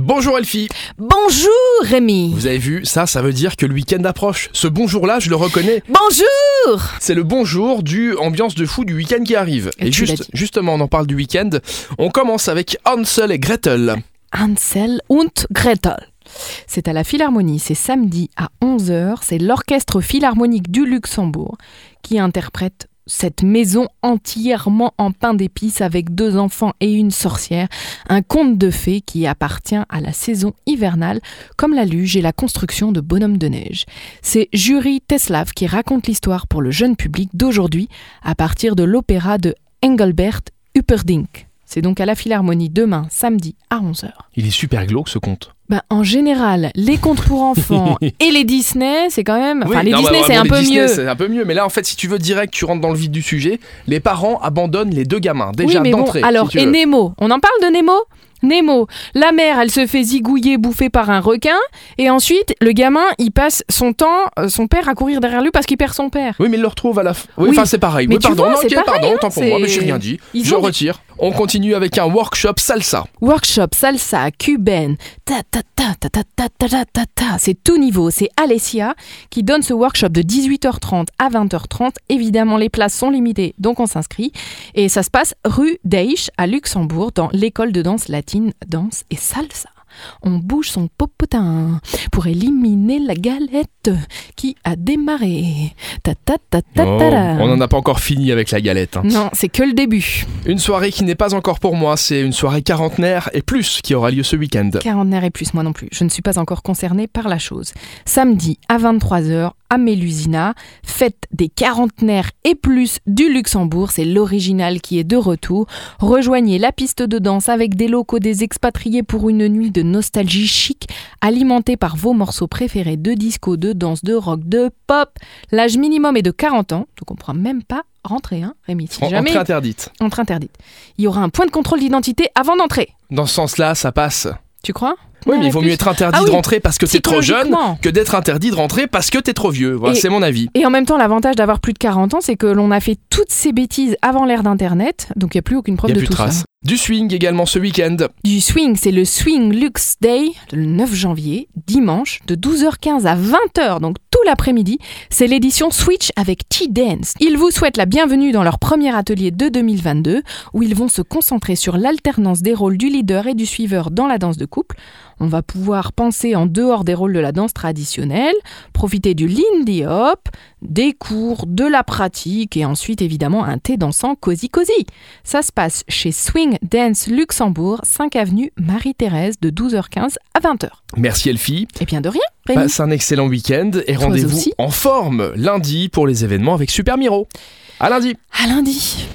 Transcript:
Bonjour Elfie Bonjour Rémi. Vous avez vu, ça, ça veut dire que le week-end approche. Ce bonjour-là, je le reconnais, Bonjour. c'est le bonjour du ambiance de fou du week-end qui arrive. Et Et tu l'as juste, dit. justement, on en parle du week-end. On commence avec Hansel et Gretel. Hansel und Gretel. C'est à la Philharmonie, c'est samedi à 11h, c'est l'Orchestre Philharmonique du Luxembourg qui interprète cette maison entièrement en pain d'épices avec deux enfants et une sorcière, un conte de fées qui appartient à la saison hivernale comme la luge et la construction de bonhommes de neige. C'est Jury Teslav qui raconte l'histoire pour le jeune public d'aujourd'hui à partir de l'opéra de Engelbert Humperdinck. C'est donc à la Philharmonie demain, samedi à 11h. Il est super glauque ce conte. Ben, en général, les contes pour enfants et les Disney, c'est quand même. Enfin, Oui, les non, Disney, bah, c'est bon, un les peu Disney, mieux. C'est un peu mieux, mais là, en fait, si tu veux direct, tu rentres dans le vide du sujet. Les parents abandonnent les deux gamins, déjà oui, mais bon, d'entrée. si alors, tu et veux. Nemo On en parle de Nemo Nemo, la mère, elle se fait zigouiller, bouffer par un requin, et ensuite, le gamin, il passe son temps, euh, son père, à courir derrière lui parce qu'il perd son père. Oui, mais ils le retrouvent à la fin. Oui, Oui. enfin, c'est pareil. Mais oui, tu pardon, vois, non, c'est ok, pareil, pardon, hein, tant pour moi, mais j'ai c'est- rien dit. Ils je ont des- retire. On continue avec un workshop salsa. Workshop, salsa, cubaine, ta ta ta ta ta ta ta ta ta ta. C'est tout niveau. C'est Alessia qui donne ce workshop de 18h30 à 20h30. Évidemment, les places sont limitées, donc on s'inscrit. Et ça se passe rue Deich à Luxembourg, dans l'école de danse latine, danse et salsa. On bouge son popotin pour éliminer la galette qui a démarré. Ta ta ta ta Oh, ta ta. on n'en a pas encore fini avec la galette. hein. Non, c'est que le début. Une soirée qui n'est pas encore pour moi, c'est une soirée quarantenaire et plus qui aura lieu ce week-end. Quarantenaire et plus, moi non plus. Je ne suis pas encore concernée par la chose. Samedi à 23h à Mélusina, fête des quarantenaires et plus du Luxembourg. C'est l'original qui est de retour. Rejoignez la piste de danse avec des locaux des expatriés pour une nuit de nostalgie chic, alimentée par vos morceaux préférés de disco, de danse, de rock, de pop. L'âge minimum est de 40 ans, donc on ne pourra même pas rentrer, hein, Rémi. Si En- jamais Entrée interdite. entre interdite. Il y aura un point de contrôle d'identité avant d'entrer. Dans ce sens-là, ça passe. Tu crois Oui, mais il Ouais, vaut plus. mieux être interdit Ah de oui, rentrer parce que t'es trop jeune Psychologiquement. que d'être interdit de rentrer parce que t'es trop vieux. Voilà, Et- c'est mon avis. Et en même temps, l'avantage d'avoir plus de 40 ans, c'est que l'on a fait toutes ces bêtises avant l'ère d'Internet, donc il n'y a plus aucune Il preuve a de plus de tout ça. traces. Du swing également ce week-end. Du swing, c'est le Swing Luxe Day, le 9 janvier, dimanche, de 12h15 à 20h, donc tout l'après-midi. C'est l'édition Switch avec T-Dance. Ils vous souhaitent la bienvenue dans leur premier atelier de 2022, où ils vont se concentrer sur l'alternance des rôles du leader et du suiveur dans la danse de couple. On va pouvoir penser en dehors des rôles de la danse traditionnelle, profiter du lindy hop, des cours, de la pratique et ensuite évidemment un thé dansant cosy cosy. Ça se passe chez Swing Dance Luxembourg, 5 avenue Marie-Thérèse de 12h15 à 20h. Merci Elfie. Et bien de rien, Rémi. Passe un excellent week-end et Toi rendez-vous aussi. en forme lundi pour les événements avec Super Miro. À lundi. À lundi.